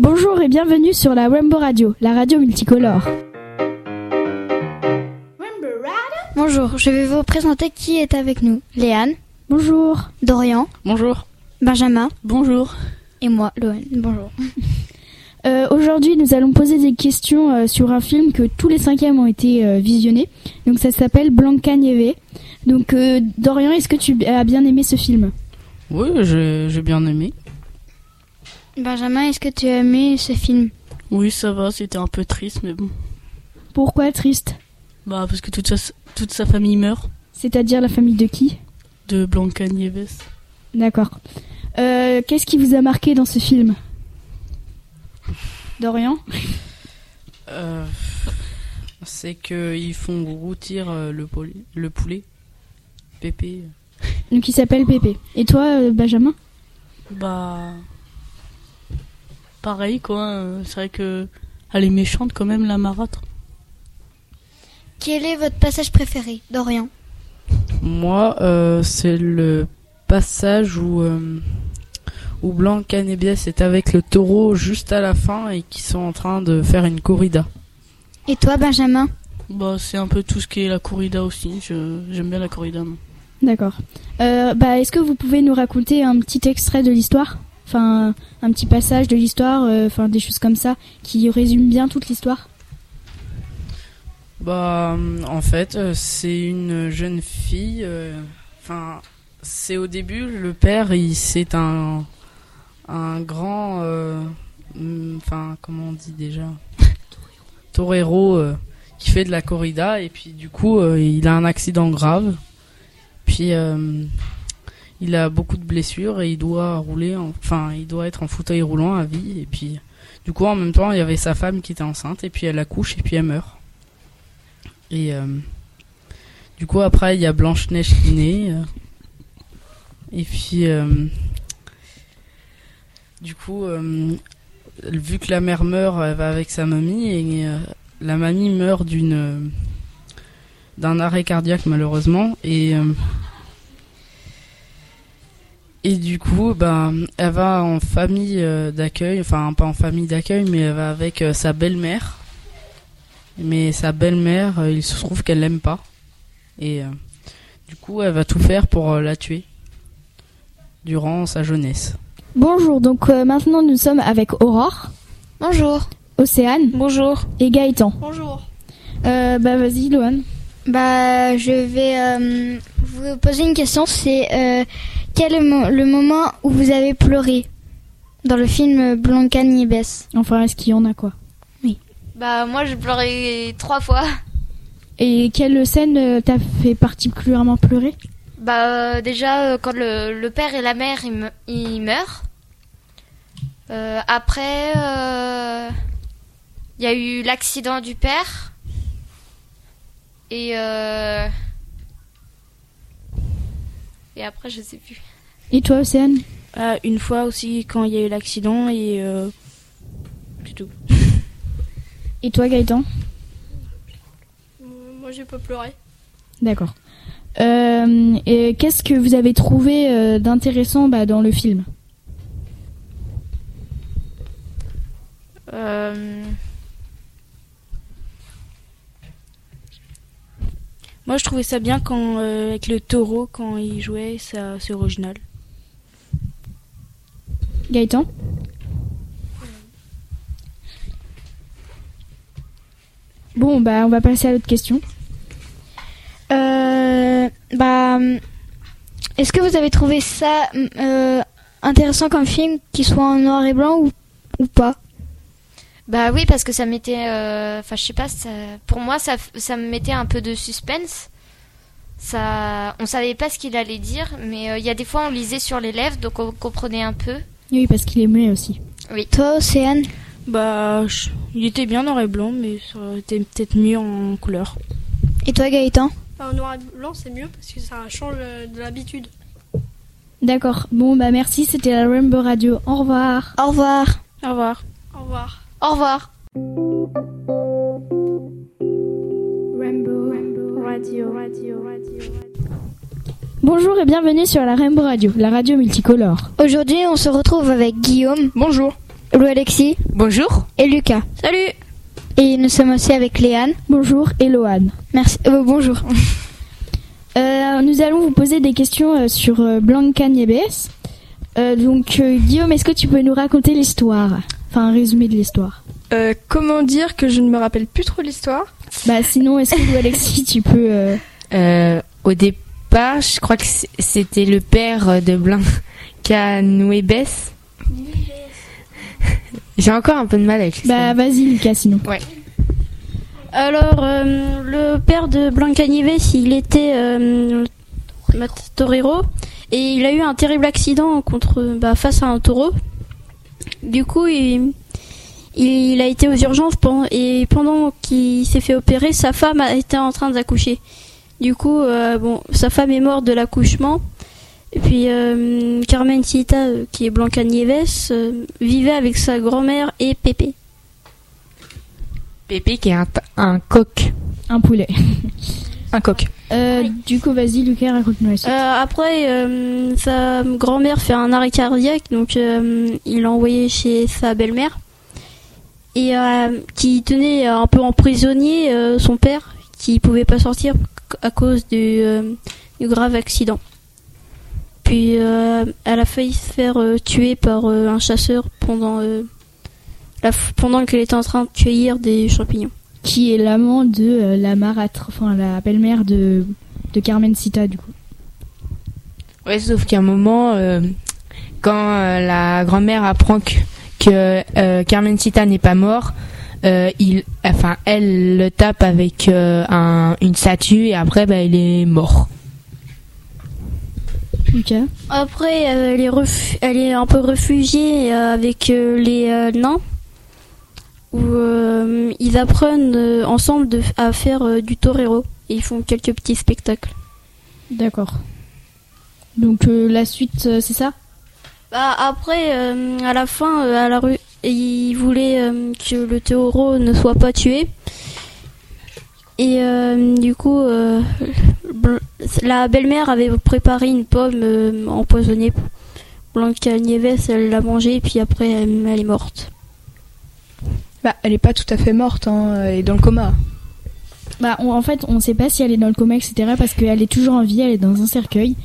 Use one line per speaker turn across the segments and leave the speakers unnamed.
Bonjour et bienvenue sur la Rainbow Radio, la radio multicolore.
Bonjour, je vais vous présenter qui est avec nous. Léane,
Bonjour.
Dorian,
Bonjour.
Benjamin
Bonjour.
et moi, Loan. Bonjour.
Euh, Aujourd'hui, nous allons poser des questions euh, sur un film que tous les cinquièmes ont été euh, visionnés. Donc, ça s'appelle Blanca Nieve. Donc, euh, Dorian, est-ce que tu as bien aimé ce film
Oui, j'ai j'ai bien aimé.
Benjamin, est-ce que tu as aimé ce film
Oui, ça va, c'était un peu triste, mais bon.
Pourquoi triste
Bah, parce que toute sa, toute sa famille meurt
C'est-à-dire la famille de qui
de Blanca Nieves.
D'accord. Euh, Qu'est-ce qui vous a marqué dans ce film Dorian
Euh, C'est qu'ils font routir euh, le, poli- le poulet. Pépé.
Donc, il s'appelle Pépé. Et toi, euh, Benjamin
Bah. Pareil, quoi. euh, C'est vrai que. Elle est méchante quand même, la marâtre.
Quel est votre passage préféré, Dorian
Moi, euh, c'est le passage où, euh, où Blanca Nieves est avec le taureau juste à la fin et qui sont en train de faire une corrida.
Et toi, Benjamin
Bah, c'est un peu tout ce qui est la corrida aussi. Je- J'aime bien la corrida, moi.
D'accord. Euh, bah, est-ce que vous pouvez nous raconter un petit extrait de l'histoire Enfin, un petit passage de l'histoire, euh, enfin des choses comme ça, qui résument bien toute l'histoire.
Bah, euh, en fait, euh, c'est une jeune fille. euh, Enfin, c'est au début, le père, il c'est un un grand. euh, hum, Enfin, comment on dit déjà Torero euh, qui fait de la corrida et puis du coup, euh, il a un accident grave. Puis euh, il a beaucoup de blessures et il doit rouler. en- Enfin, il doit être en fauteuil roulant à vie et puis. Du coup, en même temps, il y avait sa femme qui était enceinte, et puis elle accouche, et puis elle meurt. Et euh, du coup, après, il y a Blanche-Neige qui naît. euh, et puis, euh, du coup, euh, vu que la mère meurt, elle va avec sa mamie. Et euh, la mamie meurt d'une euh, d'un arrêt cardiaque, malheureusement. Et. euh, et du coup, bah, elle va en famille euh, d'accueil, enfin pas en famille d'accueil, mais elle va avec euh, sa belle-mère. Mais sa belle-mère, euh, il se trouve qu'elle l'aime pas. Et euh, du coup, elle va tout faire pour euh, la tuer durant sa jeunesse.
Bonjour, donc euh, maintenant nous sommes avec Aurore,
Bonjour.
Océane
Bonjour.
et Gaëtan.
Bonjour.
Euh, bah vas-y, Loan.
Bah, je vais euh, vous poser une question. C'est euh, quel est mo- le moment où vous avez pleuré dans le film Blanca Nieves
Enfin, est-ce qu'il y en a quoi
Bah moi j'ai pleuré trois fois.
Et quelle scène euh, t'a fait particulièrement pleurer
Bah euh, déjà euh, quand le, le père et la mère ils, me- ils meurent. Euh, après euh, il y a eu l'accident du père. Et euh, et après je sais plus.
Et toi, Océane
Ah, une fois aussi quand il y a eu l'accident et euh, c'est tout.
Et toi, Gaëtan
Euh, Moi, j'ai pas pleuré.
D'accord. Euh, et qu'est-ce que vous avez trouvé euh, d'intéressant bah, dans le film
Euh,
Moi je trouvais ça bien quand euh, avec le taureau quand il jouait, ça c'est original.
Gaëtan Bon, bah, on va passer à l'autre question.
Euh, bah, est-ce que vous avez trouvé ça euh, intéressant comme film, qu'il soit en noir et blanc ou, ou pas
Bah oui, parce que ça mettait. euh, Enfin, je sais pas, ça, pour moi, ça, f- ça me mettait un peu de suspense. Ça, on savait pas ce qu'il allait dire, mais euh, il y a des fois, on lisait sur les lèvres, donc on comprenait un peu.
Oui, parce qu'il est muet aussi.
Toi, Océane
Bah je- il était bien noir et blanc mais ça aurait été peut-être mieux en couleur.
Et toi, Gaëtan
Enfin, en noir et blanc, c'est mieux parce que ça change euh, de l'habitude.
D'accord. Bon, bah, merci. C'était la Rainbow Radio. Au revoir.
Au revoir.
Au revoir.
Au revoir.
Au revoir.
Bonjour et bienvenue sur la Rainbow Radio, la radio multicolore.
Aujourd'hui, on se retrouve avec Guillaume
Bonjour.
Lou Alexis
Bonjour.
et Lucas.
Salut
Et nous sommes aussi avec Léane.
Bonjour, Eloane.
Merci. euh, bonjour.
Euh, nous allons vous poser des questions euh, sur euh, Blanca Nieves. Euh, donc, euh, Guillaume, est-ce que tu peux nous raconter l'histoire Enfin, un résumé de l'histoire.
Euh, comment dire que je ne me rappelle plus trop l'histoire
Bah, sinon, est-ce que vous, Alexis, tu peux. euh,
Euh, au départ, je crois que c- c'était le père de Blanca Nuebes. J'ai encore un peu de mal avec les
Bah, vas-y, Lucas, sinon.
Alors, euh, le père de Blanca Nieves, il était euh, mat- torero et il a eu un terrible accident contre, bah, face à un taureau. Du coup, il, il a été aux urgences pen- et pendant qu'il s'est fait opérer, sa femme a- était en train d'accoucher. Du coup, euh, bon, sa femme est morte de l'accouchement. Et puis, euh, Carmen Cita, euh, qui est Blanca Nieves, euh, vivait avec sa grand-mère et Pépé.
Pépé qui est un, t- un coq.
Un poulet.
Un coq.
Euh, Du coup, vas-y, Lucas, raconte-nous la suite.
Euh, après, euh, sa grand-mère fait un arrêt cardiaque, donc euh, il l'a envoyé chez sa belle-mère, et euh, qui tenait un peu en prisonnier euh, son père, qui pouvait pas sortir à cause du, euh, du grave accident. Puis euh, elle a failli se faire euh, tuer par euh, un chasseur pendant, euh, la f- pendant qu'elle était en train de cueillir des champignons.
Qui est l'amant de euh, la marâtre, enfin, la belle-mère de, de Carmen Cita, du coup.
Ouais, sauf qu'à un moment, euh, quand euh, la grand-mère apprend que, que euh, Carmen Cita n'est pas mort, euh, il, enfin, elle le tape avec euh, un- une statue et après, bah, il est mort.
Lucas.
Après, euh, elle, est refu- elle est un peu réfugiée euh, avec euh, les euh, nains, où euh, ils apprennent euh, ensemble de- à faire euh, du torero. Et ils font quelques petits spectacles.
D'accord. Donc, euh, la suite, euh, c'est ça
Bah, après, euh, à la fin, euh, à la rue, ils voulaient euh, que le taureau ne soit pas tué. Et euh, du coup, euh, bl- la belle-mère avait préparé une pomme euh, empoisonnée. Blanca Nieves, elle l'a mangée, puis après, elle- elle est morte.
Bah, elle est pas tout à fait morte, hein, elle est dans le coma.
Bah, on- en fait, on sait pas si elle est dans le coma, etc. Parce qu'elle est toujours en vie, elle est dans un cercueil.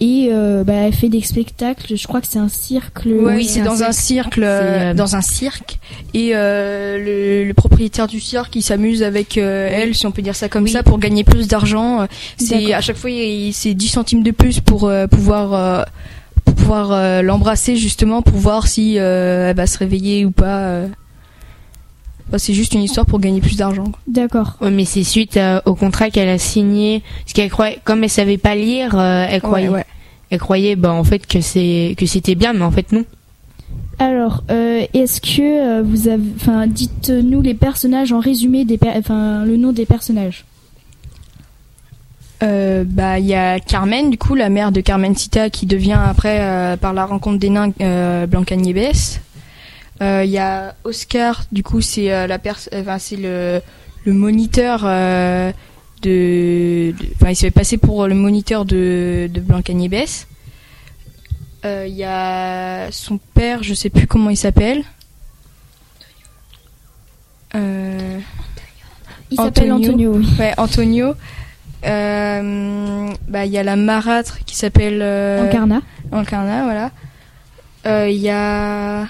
Et euh, bah, elle fait des spectacles, je crois que c'est un cirque.
Oui,
euh,
c'est
c'est dans un cirque,
C'est,
euh,
euh,
dans un cirque, et euh, le, le propriétaire du cirque, il s'amuse avec euh, elle, si on peut dire ça comme
Oui.
ça, pour gagner plus d'argent. Euh, C'est
D'accord.
à chaque fois, il- c'est 10 centimes de plus pour euh, pouvoir euh, pour pouvoir euh, l'embrasser justement, pour voir si euh, elle va se réveiller ou pas. euh. Bah, c'est juste une histoire pour gagner plus d'argent. quoi.
D'accord.
Ouais, mais c'est suite euh, au contrat qu'elle a signé, parce qu'elle croyait, comme elle savait pas lire, euh, elle croyait,
Ouais, ouais.
elle croyait, bah en fait que c'est que c'était bien, mais en fait non.
Alors, euh, est-ce que euh, vous avez. Enfin, dites-nous les personnages en résumé, des per- enfin, le nom des personnages.
Euh, bah il y a Carmen du coup la mère de Carmen Cita qui devient après euh, par la rencontre des nains euh, Blanca Nieves. Euh, Il y a Oscar du coup c'est euh, la pers- enfin c'est le le moniteur euh, de de- enfin il se fait passer pour le moniteur de de Blanca Nieves. Euh, Il y a son père je sais plus comment il s'appelle. Euh...
Il s'appelle
Antonio.
Antonio, oui.
Ouais, Antonio. Euh, bah, il y a la marâtre qui s'appelle euh,
Encarna.
Encarna, voilà. Euh, Il y a.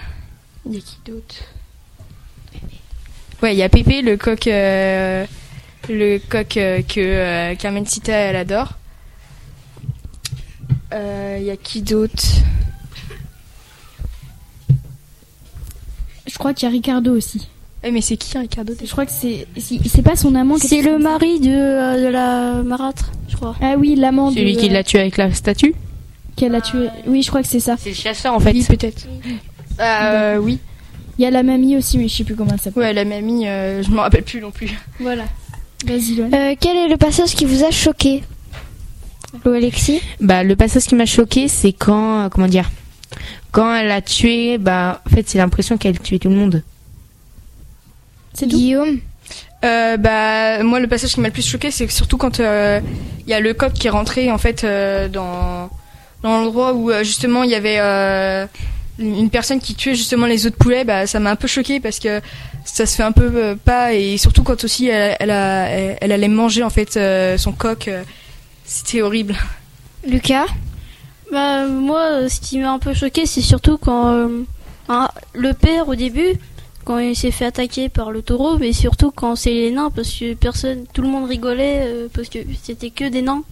Il y a qui d'autre Ouais, il y a Pépé, le coq. euh, le coq euh, que euh, Carmen Cita, elle adore. Euh, Il y a qui d'autre
Je crois qu'il y a Ricardo aussi.
Eh, Mais c'est qui Ricardo déjà
Je crois que c'est. si- C'est pas son amant quelque
C'est
chose
le
comme ça.
mari de, euh, de la marâtre, je crois.
Ah oui, l'amant
Celui
de- euh,
qui l'a tué avec la statue.
qu'elle a tué. Oui, je crois que c'est ça.
C'est le chasseur en fait.
Oui, peut-être. Euh, oui.
Il y a la mamie aussi, mais je sais plus comment elle s'appelle.
Ouais, la mamie, euh, je m'en rappelle plus non plus.
Voilà. Vas-y, Loane.
Euh, quel est le passage qui vous a choqué Lou Alexis
Bah, le passage qui m'a choqué, c'est quand, euh, comment dire, quand elle a tué, bah, en fait, c'est l'impression qu'elle tuait tout le monde.
C'est tout.
Guillaume
Euh, bah moi le passage qui m'a le plus choqué c'est que surtout quand euh, il y a le coq qui est rentré en fait euh, dans dans l'endroit où euh, justement il y avait euh, une personne qui tuait justement les autres poulets, bah, ça m'a un peu choqué parce que ça se fait un peu euh, pas et surtout quand aussi elle, elle, a- elle- elle allait manger en fait euh, son coq, euh, c'était horrible.
Lucas
Bah, moi, euh, ce qui m'a un peu choqué, c'est surtout quand euh, un- le père, au début, quand il s'est fait attaquer par le taureau, mais surtout quand c'est les nains, parce que personne, tout le monde rigolait, euh, parce que c'était que des nains,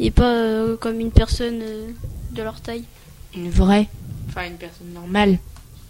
et pas euh, comme une personne euh, de leur taille.
Une vraie. Enfin, une personne normale.